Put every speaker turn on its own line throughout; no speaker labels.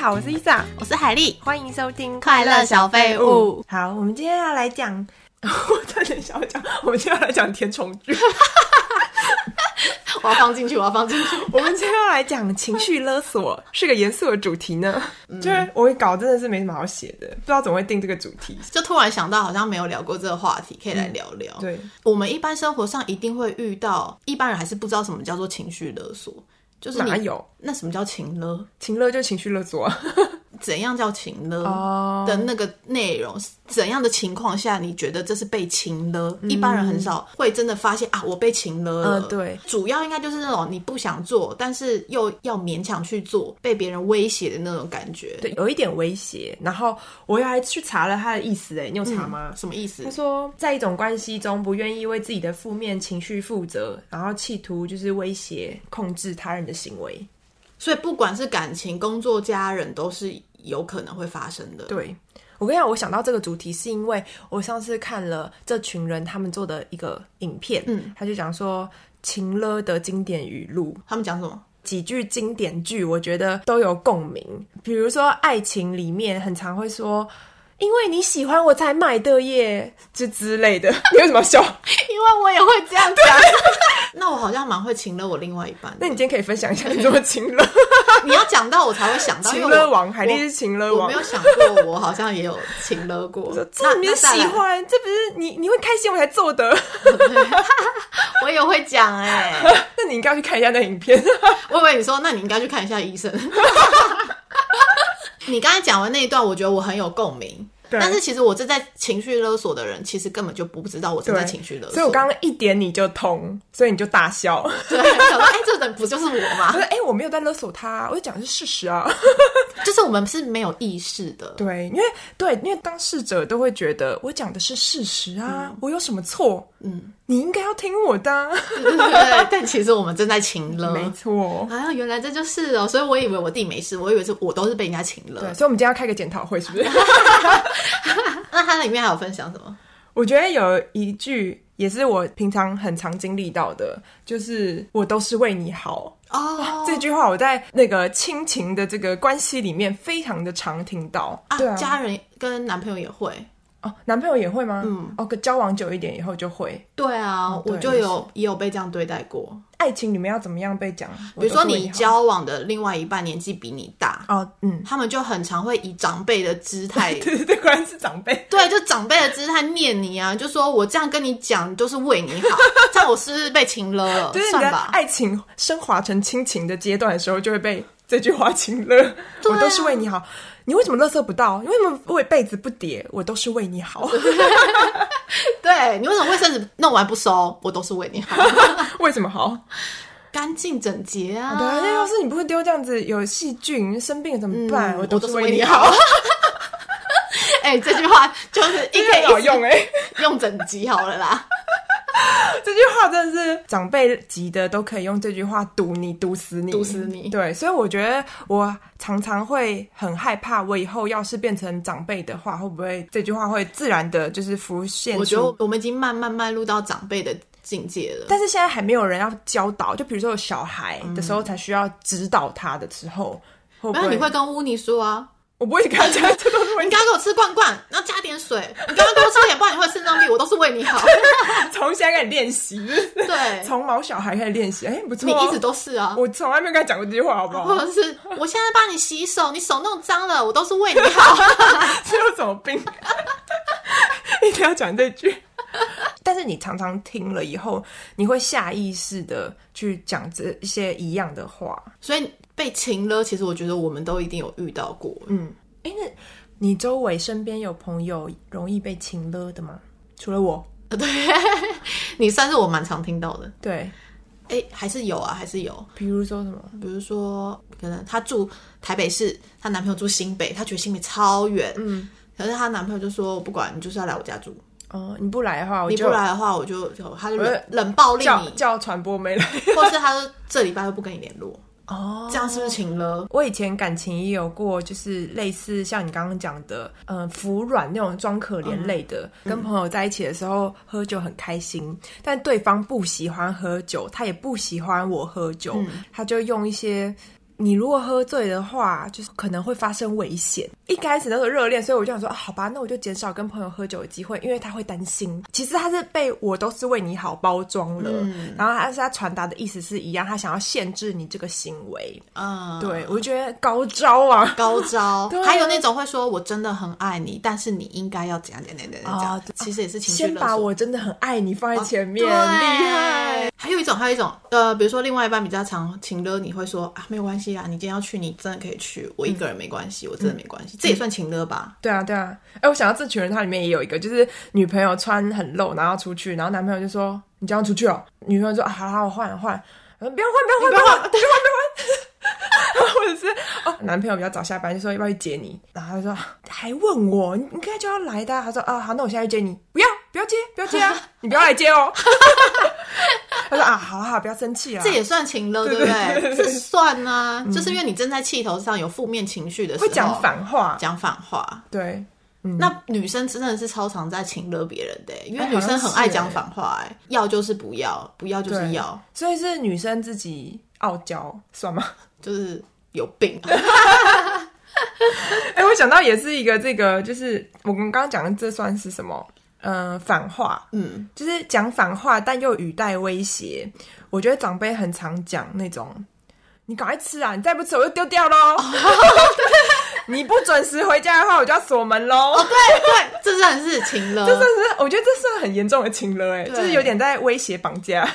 好，我是伊莎，
我是海丽，
欢迎收听《
快乐小废物。
好，我们今天要来讲， 我差点想要讲，我们今天要来讲甜宠 剧，
我要放进去，我要放进去。
我们今天要来讲情绪勒索，是个严肃的主题呢。
嗯
就是我稿真的是没什么好写的，不知道怎么会定这个主题。
就突然想到，好像没有聊过这个话题，可以来聊聊。
对，
我们一般生活上一定会遇到，一般人还是不知道什么叫做情绪勒索，就是你
哪有
那什么叫情勒，
情勒就情绪勒索啊，
怎样叫情勒
哦
的那个内容，怎样的情况下你觉得这是被情勒？一般人很少会真的发现啊，我被情勒了。
嗯对，
主要应该就是那种你不想做，但是又要勉强去做，被别人威胁的那种感觉。
对，有一点威胁。然后我还去查了他的意思，哎，你有查吗？
什么意思
他？说，在一种关系中，不愿意为自己的负面情绪负责，然后企图就是威胁、控制他人的行为。
所以不管是感情、工作、家人，都是有可能会发生的。
对，我跟你讲，我想到这个主题是因为我上次看了这群人他们做的一个影片，嗯，他就讲说情勒的经典语录，
他们讲 什么？
几句经典句，我觉得都有共鸣。比如说爱情里面很常会说。因为你喜欢我才买的耶，这之类的， 你为什么要笑？
因为我也会这样讲。 那我好像蛮会情勒我另外一半 的。
那你今天可以分享一下你怎么情勒？
你要讲到我才会想到，因为
情
我
勒王，海
我
丽是情勒
我
王
没。有想过，我好像也有情勒过。那
这你
那
的
再
喜
来，
欢，这不是你你会开心我才做的。
我也会讲哎、
那你应该要去看一下那影片。
我以为你说，那你应该去看一下医生。 你刚才讲完那一段，我觉得我很有共鸣。
对
但是其实我正在情绪勒索的人，其实根本就不知道我正在情绪勒索。
所以我刚刚一点你就通，所以你就大笑。我
对想说，哎、这人不就是我吗
说：“？哎、我没有在勒索他，我就讲的是事实啊。
就是我们是没有意识的”。
对，因为对，因为当事者都会觉得我讲的是事实啊，我有什么错？嗯，你应该要听我的啊、
对对对，但其实我们正在情勒。
没错。
啊，原来这就是哦，所以我以为我弟没事，我以为是我都是被人家请
对，
了。
所以我们今天要开个检讨会，是不是？
那它里面还有分享什么？
我觉得有一句也是我平常很常经历到的，就是“我都是为你好”。
哦，
这句话我在那个亲情的这个关系里面非常的常听到。对啊，
家人跟男朋友也会。
哦，男朋友也会吗？嗯，哦，可交往久一点以后就会。
对啊，
对
我就有也有被这样对待过。
爱情里面要怎么样被讲？
比如说
我都是为
你
好
交往的另外一半年纪比你大，
哦，嗯，，
他们就很常会以长辈的姿 态
对对对，果然是长辈。
对，就长辈的姿态念你啊，就说我这样跟你讲都是为你好，这样我是不是被情勒 了
就是？你
算
在
吧，
爱情升华成亲情的阶段的时候，就会被这句话亲 热。
啊
我都是为你好，你为什么乐色不到？你为什么为被子不叠？我都是为你 好。
对你为什么卫生纸弄完不收？我都是为你好，
为什么好？
干净整洁啊。
对啊，那要是你不会丢这样子有细菌，生病了怎么办？
嗯
我
我
都
都
是
是
为
为你
好
好，哎、这句话就是一
很好
可以
用哎、
用欸整集好了啦。
这句话真的是长辈级的都可以用这句话毒你、毒死你、
毒死你
对，所以我觉得我常常会很害怕，我以后要是变成长辈的话，会不会这句话会自然的就是浮现出？
我觉得我们已经慢慢迈入到长辈的境界了。
但是现在还没有人要教导，就比如说有小孩的时候才需要指导他的时候，会不
然后
会？
你会跟乌尼说啊，
我不会跟他讲，这都是我
你刚刚给我吃罐罐，然后加点水，你刚刚给我吃点，不然你会肾脏病，我都是为你好。
从现在开始练习，
对，
从毛小孩开始练习。哎、不错
你
哦、
一直都是啊。
我从来没有跟他讲过这句话，好不 好？
或者是我现在帮你洗手，你手弄脏了，我都是为你好。
这有什么病？一定要讲这句。但是你常常听了以后，你会下意识的去讲这一些一样的话。
所以被情了，其实我觉得我们都一定有遇到过。
哎，那你周围身边有朋友容易被情勒的吗？除了我，
你算是我蛮常听到的，
对，
哎、还是有啊，还是有。
比如说什么？
比如说，可能她住台北市，她男朋友住新北，她觉得新北超远，嗯，可是她男朋友就说我不管，你就是要来我家住，
哦，你不来的话，我
你
就
不来的话，我就就他就冷
我
冷暴力
叫
你，
叫传播没来。
或是他就这礼拜都不跟你联络，
哦
这样是不是情了？
呃我以前感情也有过，就是类似像你刚刚讲的，嗯、服软那种装可怜类的。跟朋友在一起的时候喝酒很开心，但对方不喜欢喝酒，他也不喜欢我喝酒，他就用一些你如果喝醉的话，就是可能会发生危险。一开始那时候热恋，所以我就想说，啊好吧，那我就减少跟朋友喝酒的机会，因为他会担心。其实他是被我都是为你好包装了，然后他是他传达的意思是一样，他想要限制你这个行为。
嗯，
对，我觉得高招啊！
高招
对啊，
还有那种会说我真的很爱你，但是你应该要怎样怎样怎样怎
哦
样
对，
其实也是情绪
先
勒
把
索。哦
我真的很爱你放在前面，
对
厉害！
还有一种，还有一种，呃，比如说另外一半比较常情勒，你会说啊，没有关系啦，你今天要去，你真的可以去，我一个人没关系，我真的没关系，这也算情勒吧？
对啊，对啊。哎、我想到这群人，它里面也有一个，就是女朋友穿很露，然后出去，然后男朋友就说：“你这样出去哦。”女朋友说：“啊，好啦，我换换。”我说：“不要换，不要换，不要换， 不要换，不要换。”或者是哦，男朋友比较早下班，就说要不要去接你？然后他说啊还问我，你应该就要来的啊、他说啊，好，那我现在去接你。不要，不要接，不要接 啊！你不要来接哦。 他说啊，好啊好啊，不要生气啊。
这也算情勒，对不
对对
对？这算啊，就是因为你正在气头上，有负面情绪的时候，
会讲反话，
讲反嗯话。
对，
那女生真的是超常在情勒别人的、欸因为
哎
女生
好像
很
是
爱
哎
讲反话、哎，要就是不要，不要就是
对
要，
所以是女生自己傲娇算吗？
就是有病、 啊。
哎、我想到也是一个这个，就是我们刚刚讲的，这算是什么？呃，反话，
嗯，
就是讲反话，但又语带威胁。我觉得长辈很常讲那种，你赶快吃啊，你再不吃我就丢掉喽。 你不准时回家的话，我就要锁门喽。
对，这真的是情勒。
这是我觉得这算很严重的情了，哎，
对
就是有点在威胁绑架。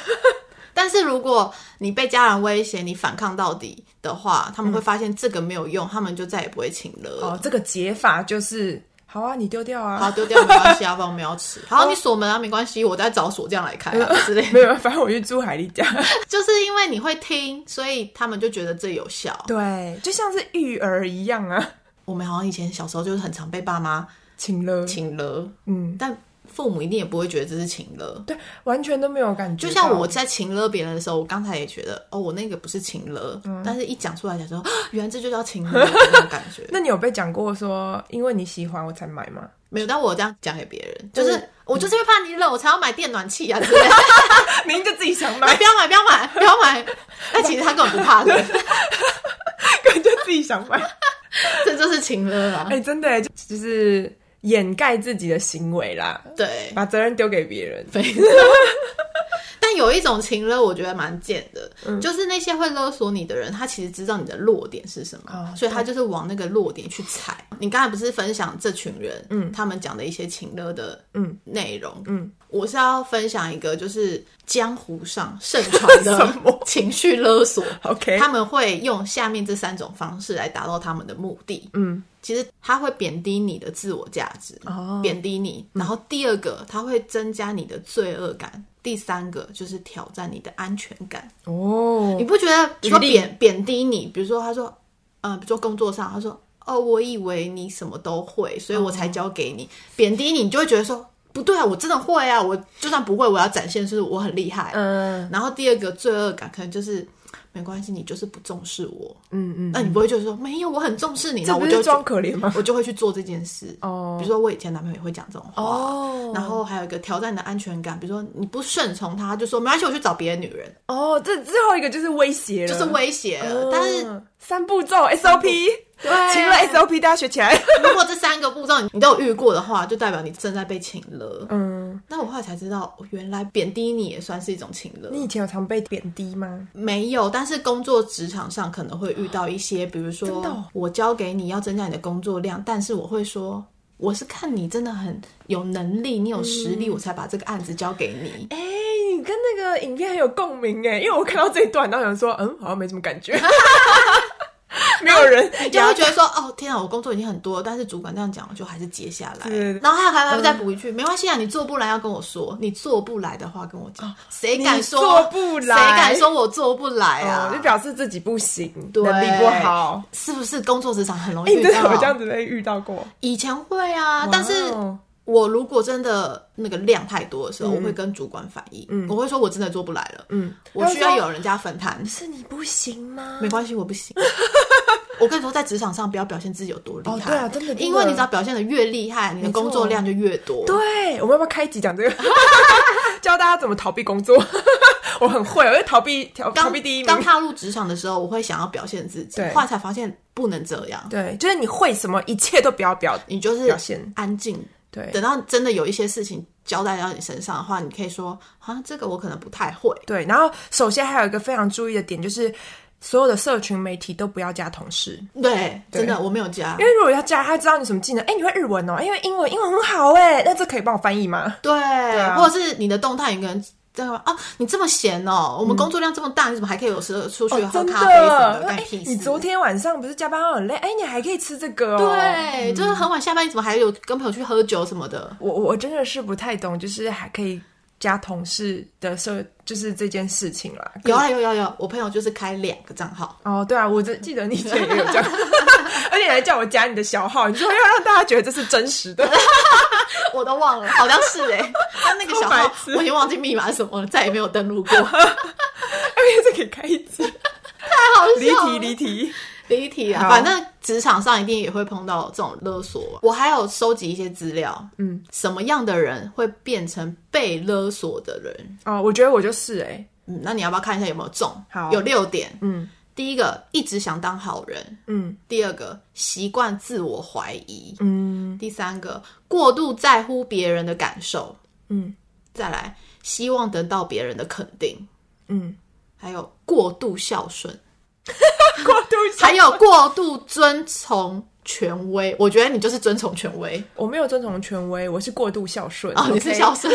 但是如果你被家人威胁，你反抗到底的话，他们会发现这个没有用，他们就再也不会请了。
哦，这个解法就是， 好啊，你丢掉
好，
啊，
丢掉没关系啊，不然我们要吃。好，你锁门啊，没关系，我再找锁匠来开啊之类的。
没有，反正我去住海丽家。
就是因为你会听，所以他们就觉得这有效。
对，就像是育儿一样啊，
我们好像以前小时候就是很常被爸妈
情了，
请了，
嗯，
但父母一定也不会觉得这是请了。
对，完全都没有感觉
就
到。
像我在请了别人的时候，我刚才也觉得哦，我那个不是请了，但是一讲出来讲说， 啊原来这就叫请了那种感觉。
那你有被讲过说因为你喜欢我才买吗？
没有，但我有这样讲给别人，就
就是嗯
是我就是因为怕你冷，我才要买电暖器啊之类的。
明明就自己想买
哎，，不要 买，不要买，不要买。但其实他根本不怕的，
感觉自己想买。
这就是情了啊
哎、。真的耶，就就是掩盖自己的行为啦，
对，
把责任丢给别人。
没错。 但有一种情勒，我觉得蛮贱的，
嗯
就是那些会勒索你的人，他其实知道你的弱点是什么，
哦
所以他就是往那个弱点去踩。你刚才不是分享这群人，嗯，他们讲的一些情勒的，
嗯，
内容，
嗯，
我是要分享一个，就是江湖上盛 传
什
的
么
情绪勒索，
OK，
他们会用下面这三种方式来达到他们的目的。
嗯，
其实他会贬低你的自我价值，
哦
贬低你。然后第二个，他会增加你的罪恶感。第三个就是挑战你的安全感。
哦
你，不觉得？比如说
举例
贬贬低你，比如说他说，呃，比如说工作上，他说，哦，我以为你什么都会，所以我才交
哦
给你。贬低你，你就会觉得说，不对啊，我真的会啊，我就算不会，我要展现是我很厉害。
嗯
然后第二个罪恶感可能就是没关系，你就是不重视我，
嗯嗯，
那你不会就是说没有，我很重视你，
这
然后
不
我就是去
装可怜吗？
我就会去做这件事。
哦
比如说我以前男朋友也会讲这种话，
哦
然后还有一个挑战你的安全感，比如说你不顺从他，他就说没关系，我去找别的女人，
哦，这最后一个就是威胁了，
就是威胁了。
嗯，
但是
三步哎骤 SOP，
对
请了 SOP，大家学起来。
如果这三个步骤你你都有遇过的话，就代表你正在被请了。
嗯，
那我后来才知道，哦原来贬低你也算是一种请了。
你以前有常被贬低吗？
没有，但是工作职场上可能会遇到一些，比如
真
说
的哦
我交给你要增加你的工作量，但是我会说。我是看你真的很有能力，你有实力，
嗯
我才把这个案子交给你。
哎、你跟那个影片很有共鸣哎，因为我看到这一段，然后想说，嗯，好像没什么感 觉，没有人
你就会觉得说，哦，天啊，我工作已经很多了，但是主管这样讲，我就还是接下来
对。
然后还有还还会再补一句，没关系啊，你做不来要跟我说，你做不来的话跟我讲，谁敢说
哦你做不来
谁敢说我做不来啊？
哦，就表示自己不行，
对
能力不好。
是不是工作职场很容易
哎、你
遇
真的
到？
有这样子被遇到过？
以前会啊，但是
哇哦
我如果真的那个量太多的时候，我会跟主管反映，我会说我真的做不来了，
嗯
我需要有人家分摊，
是你不行吗
没关系，我不 行。我跟你说，在职场上不要表现自己有多厉害，
哦对啊真的真的
因为你只要表现的越厉害，你的工作量就越多。
对，我们要不要开集讲这个？教大家怎么逃避工作， 我很会，我就逃避逃逃
刚
避第一名
刚。踏入职场的时候，我会想要表现自己，
对
后来才发现不能这样，
对，就是你会什么，一切都不要表。
你就是
表现
安静。
对
等到真的有一些事情交代到你身上的话，你可以说啊，这个我可能不太会。
对，然后首先还有一个非常注意的点就是。所有的社群媒体都不要加同事，
对，真的我没有加
因。为如果要加，他知道你什么技能。哎、你会日文哦，因为英文英文很好哎，那这可以帮我翻译吗？
对，
啊
或者是你的动态，有个人在说啊，你这么闲哦，我们工作量这么大，你怎么还可以有时候出去哦喝
嗯哦真
咖啡什么
的
的，，
哎、
干屁事？
你昨天晚上不是加班到很累？哎、你还可以吃这个哦。，
对，就是很晚下班，你怎么还有跟朋友去喝酒什么的？
我我真的是不太懂，就是还可以加同事的社，就是这件事情啦。
有啊有有有，我朋友就是开两个账 号，
哦，对啊，我只记得你以前也有这样， 而且你还叫我加你的小号，你说要哎让大家觉得这是真实 的。
我都忘了，好像是哎、但那个小
超
号
白痴
我已经忘记密码是什么了，再也没有登录 过。
哎，这可以开一集，
好
离
笑
题离题。
哦离题啊！
好
反正职场上一定也会碰到这种勒索。啊我还有收集一些资料，
嗯，
什么样的人会变成被勒索的人？
哦，我觉得我就是哎、
嗯，那你要不要看一下有没有中？
好
有六点。
嗯
第一个，一直想当好人；
嗯
第二个，习惯自我怀疑；
嗯
第三个，过度在乎别人的感受；
嗯
再来，希望得到别人的肯定；
嗯，
还有过度孝顺。
过度
还有过度遵从权威，我觉得你就是遵从权威
我没有遵从权威，我是过度孝顺。
哦，你是
OK？
孝顺，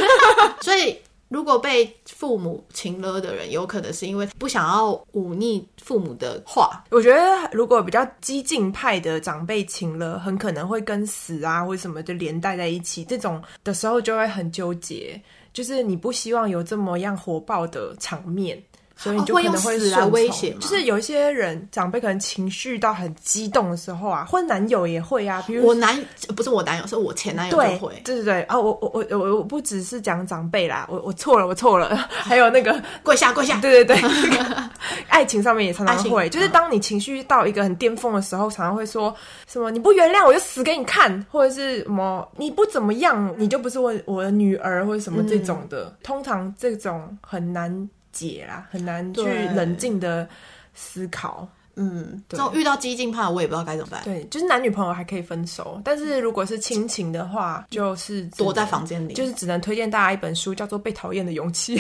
所以。如果被父母情勒的人，有可能是因为不想要忤逆父母的话，
我觉得如果比较激进派的长辈请了，很可能会跟死啊或者什么就连带在一起，这种的时候就会很纠结，就是你不希望有这么样火爆的场面。所以你就可能
哦会用
顺
死来
从
威胁吗
就是有一些人长辈可能情绪到很激动的时候啊，或者男友也会啊，比如
我男不是我男友，是我前男友
对
就会。
对对对啊，我我我我我不只是讲长辈啦，我我错了，我错了，还有那个
跪下跪下，
对对对， 这个爱情上面也常常
爱情
会，
嗯
就是当你情绪到一个很巅峰的时候，常常会说什么“你不原谅我就死给你看”，或者是什么“你不怎么样，你就不是我我的女儿”或者什么这种
嗯
的。通常这种很难解啦，很难去
对
冷静的思考。
嗯，这种遇到激进派，我也不知道该怎么办，
对，就是男女朋友还可以分手，但是如果是亲情的话，就是只能
躲在房间里。就
就是是只能推荐大家一本书，叫做《被讨厌的勇气》。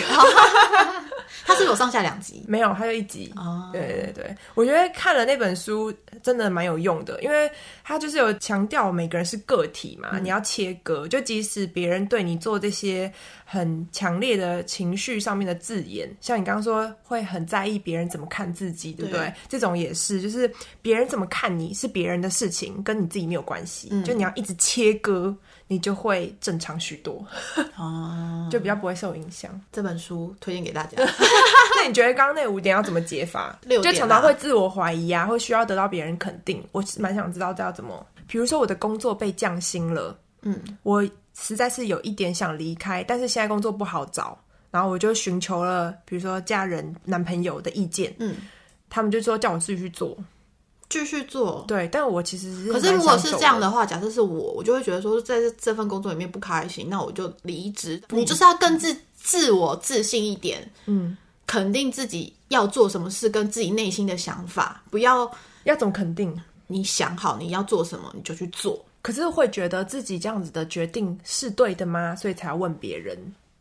他是有上下两集
没有，还有一集。
啊，
对对对，我觉得看了那本书真的蛮有用的，因为它就是有强调每个人是个体嘛，你要切割，就即使别人对你做这些很强烈的情绪上面的字眼，像你刚刚说会很在意别人怎么看自己，对不对？
对
这种也是，就是别人怎么看你是别人的事情，跟你自己没有关系，就你要一直切割，你就会正常许多，
啊，
就比较不会受影响。
这本书推荐给大家。
那你觉得刚刚那五点要怎么解法？
六点
就
啊
常常会自我怀疑啊，会需要得到别人肯定。我是蛮想知道这要怎么，比如说我的工作被降薪了，
嗯，
我实在是有一点想离开，但是现在工作不好找，然后我就寻求了，比如说家人、男朋友的意见，
嗯，
他们就说叫我继续做，
继续做，
对，但我其实是
可
蛮
是如果
想
是
走
这样的话，假设是我，我就会觉得说，在这这份工作里面不开心，那我就离职。你就是要更自自我自信一点，
嗯，
肯定自己要做什么事，跟自己内心的想法，不要
要怎么肯定？
你想好你要做什么你就去做。
可是会觉得自己这样子的决定是对的吗？所以才要问别人，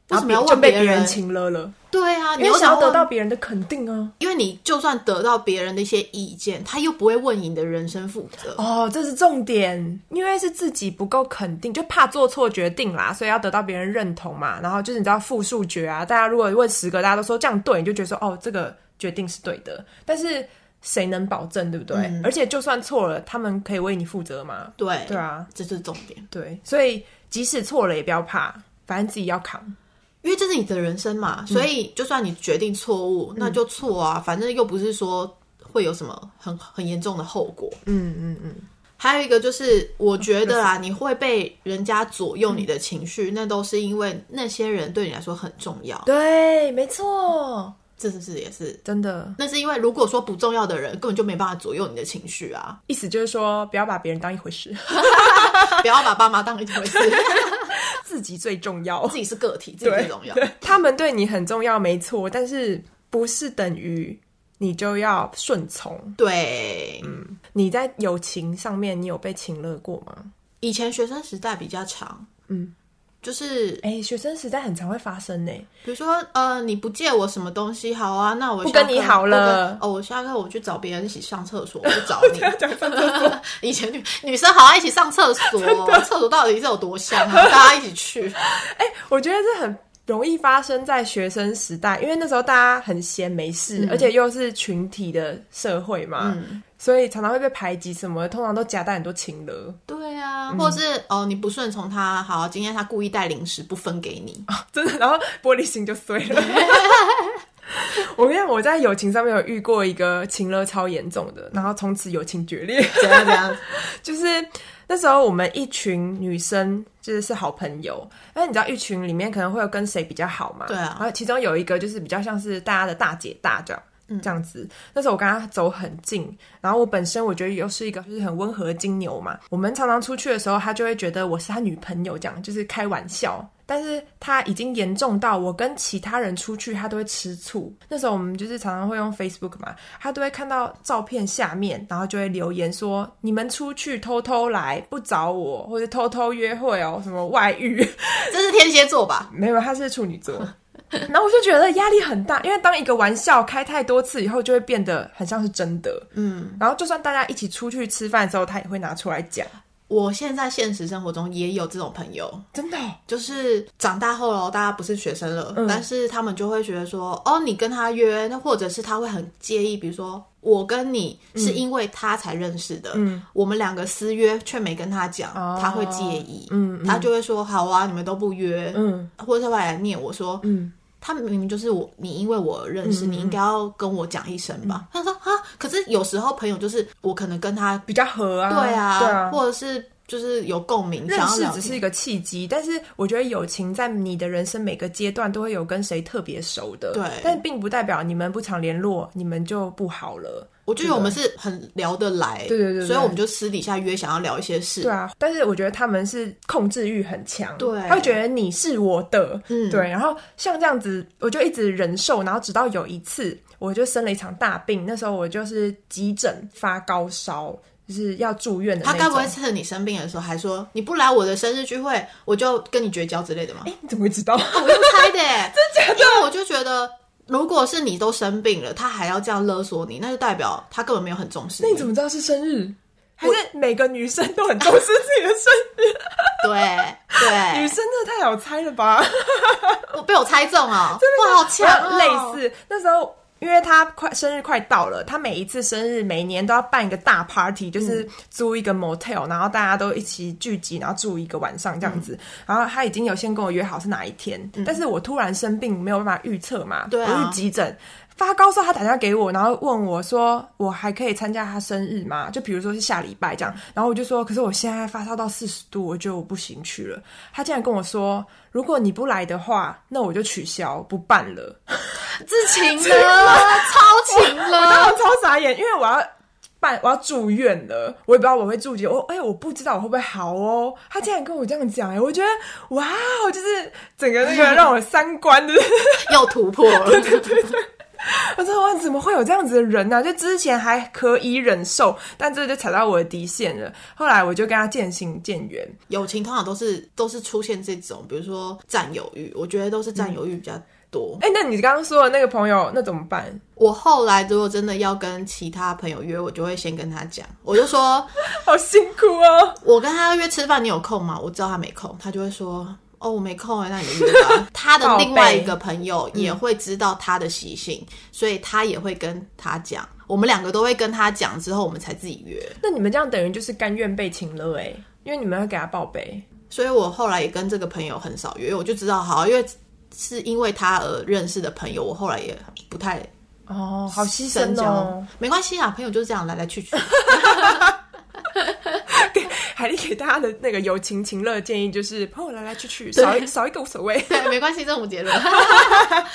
为什么要
然后别就
问
被
别人
人情了了？
对啊，你
因为
又
想要
问
得到，别人的肯定啊。
因为你就算得到别人的一些意见，他又不会为你的人生负责。
哦，这是重点，因为是自己不够肯定，就怕做错决定啦，所以要得到别人认同嘛。然后就是你知道复数决啊，大家如果问十个，大家都说这样对，你就觉得说哦，这个决定是对的。但是谁能保证，对不对？而且就算错了，他们可以为你负责吗？
对，
对啊，
这就是重点，
对，所以即使错了也不要怕，反正自己要扛。
因为这是你的人生嘛，
嗯
所以就算你决定错误，那就错啊，反正又不是说会有什么很很严重的后果。
嗯嗯嗯，
还有一个就是，我觉得啊，你会被人家左右你的情绪，那都是因为那些人对你来说很重要。
对，没错，
这是不是也是？
真的，
那是因为如果说不重要的人，根本就没办法左右你的情绪啊！
意思就是说不要把别人当一回事。
不要把爸妈当一回事。
自己最重要，
自己是个体，自己最重要。
对他们对你很重要，没错，但是不是等于你就要顺从？
对，
嗯你在友情上面，你有被情勒过吗？
以前学生时代比较长，
嗯，
就是
哎、学生时代很常会发生呢、
比如说，呃，你不借我什么东西，好啊，那我
不
下
跟你
课
好了
不跟哦，我下课我去找别人一起上厕所，我不找 你。 以前女女生好啊爱一起上厕所，厕所到底是有多香 啊？大家一起去，
我觉得这很容易发生在学生时代，因为那时候大家很闲没事，而且又是群体的社会嘛，所以常常会被排挤什么的，通常都夹带很多情勒。
对啊，
嗯
或者是哦，你不顺从他，好，啊今天他故意带零食不分给你，
真的，然后玻璃心就碎 了。我跟你讲，我在友情上面有遇过一个情勒超严重的，然后从此友情决裂。
怎样怎样？
就是那时候我们一群女生就是是好朋友，但你知道一群里面可能会有跟谁比较好嘛？
对啊
然后其中有一个就是比较像是大家的大姐大这样。这样子，那时候我跟她走很近，然后我本身我觉得又是一个就是很温和的金牛嘛，我们常常出去的时候，她就会觉得我是她女朋友这样，就是开玩笑。但是她已经严重到我跟其他人出去，她都会吃醋。那时候我们就是常常会用 Facebook 嘛，她都会看到照片下面，然后就会留言说：“你们出去偷偷来，不找我，或者偷偷约会哦，什么外遇。”
这是天蝎座吧？
没有，他是处女座。 然后我就觉得压力很大，因为当一个玩笑开太多次以后，就会变得很像是真的。嗯，然后就算大家一起出去吃饭的时候，他也会拿出来讲。
我现在现实生活中也有这种朋友，
真的哦、
就是长大后喽，大家不是学生了，但是他们就会觉得说，哦，你跟他约，那或者是他会很介意，比如说我跟你是因为他才认识的，嗯，我们两个私约却没跟他讲，他会介意，嗯，他就会说，好啊，你们都不约，嗯，或者他会来念我说，嗯。他明明就是我，你因为我认识，你应该要跟我讲一声吧。他说啊，可是有时候朋友就是我可能跟他
比较合啊，
对啊，
对啊。
或者是就是有共鸣，
认
想要
识
聊
只
天
是一个契机，但是我觉得友情在你的人生每个阶段都会有跟谁特别熟的，
对
但并不代表你们不常联络，你们就不好了。
我觉得我们是很聊得来，
对对对对
所以我们就私底下约想要聊一些事。
对啊，但是我觉得他们是控制欲很强，
对
他会觉得你是我的，嗯，对。然后像这样子，我就一直忍受，然后直到有一次，我就生了一场大病，那时候我就是急诊发高烧，就是要住院的那
他
种。
该不会趁你生病的时候还说你不来我的生日聚会，我就跟你绝交之类的吗？
哎，你怎么会知道？
啊我用猜的耶， 真假的？因为我就觉得，如果是你都生病了，他还要这样勒索你，那就代表他根本没有很重视
那
你
你。怎么知道是生日？还是每个女生都很重视自己的 生
对
日？女
对，
生 真的太好猜了吧？
我被我猜中哦，哇，好 强 哦！
类似那时候，因为他快生日快到了，他每一次生日每年都要办一个大 party，就是
嗯
租一个 motel，然后大家都一起聚集，然后住一个晚上这样
嗯
子。然后他已经有先跟我约好是哪一天，但是我突然生病，没有办法预测嘛，
对啊
我去急诊。发高烧，他打电话给我，然后问我说：“我还可以参加他生日吗？”就比如说是下礼拜这样，然后我就说：“可是我现在发烧到四十度，我觉得我不行去了。”他竟然跟我说：“如果你不来的话，那我就取消不办了。”
知 情了，超情
然
了，
后超傻眼，因为我要办，我要住院了，我也不知道我会住几，我哎、我不知道我会不会好哦。他竟然跟我这样讲，哎，我觉得哇哦，就是整个那个让我三观就是，
又突破了。
我说哇，怎么会有这样子的人啊呢、就之前还可以忍受，但这就踩到我的底线了。后来我就跟他渐行渐远，
友情通常都是都是出现这种，比如说占有欲，我觉得都是占有欲比较多。
哎、那你刚刚说的那个朋友，那怎么办？
我后来如果真的要跟其他朋友约，我就会先跟他讲，我就说
好辛苦哦。
我跟他约吃饭，你有空吗？我知道他没空，他就会说。哦，我没空哎，那你约吧。他的另外一个朋友也会知道他的习性，所以他也会跟他讲。我们两个都会跟他讲之后，我们才自己约。
那你们这样等于就是甘愿被请了哎、因为你们要给他报备。
所以我后来也跟这个朋友很少约，因为我就知道，好，因为是因为他而认识的朋友，我后来也不太
哦，好牺
深
牲
交
哦！
没关系啊，朋友就是这样来来去去。
海丽给大家的那个友情情乐的建议就是，朋友来来去去，
对
少一少一个无所谓
对，没关系，这是我 们结论。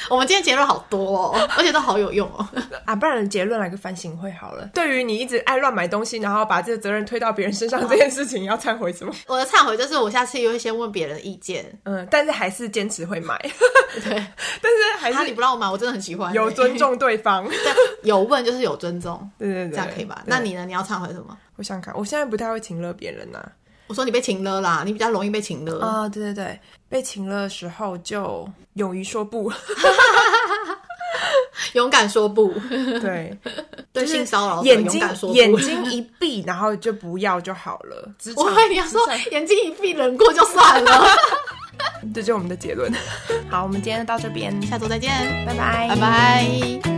我们今天结论好多哦，而且都好有用 哦。
啊。不然结论来个反省会好了。对于你一直爱乱买东西，然后把这个责任推到别人身上这件事情，要忏悔什么？
我的忏悔就是，我下次也会先问别人的意见。
嗯，但是还是坚持会 买，
对，
但是还
啊他你
是
不让我买，我真的很喜欢、
有尊，重对 方。
对，有问就是有尊重，
对对对，
这样可以吧？
对
那你呢？你要忏悔什么？
我想看，我现在不太会请乐别人啊呐、
我说你被请了啦，你比较容易被请了。
啊、对对对，被请了的时候就勇于说不，
勇敢说不，
对，就
对
是
性骚扰者
眼
勇
睛
敢说不。
眼睛一闭， 然后就不要就好了。职
我
场
以为你 要说眼睛一闭，忍过就算了。
这就是我们的结论。好，我们今天到这边，
下周再见，
拜拜，
拜。拜。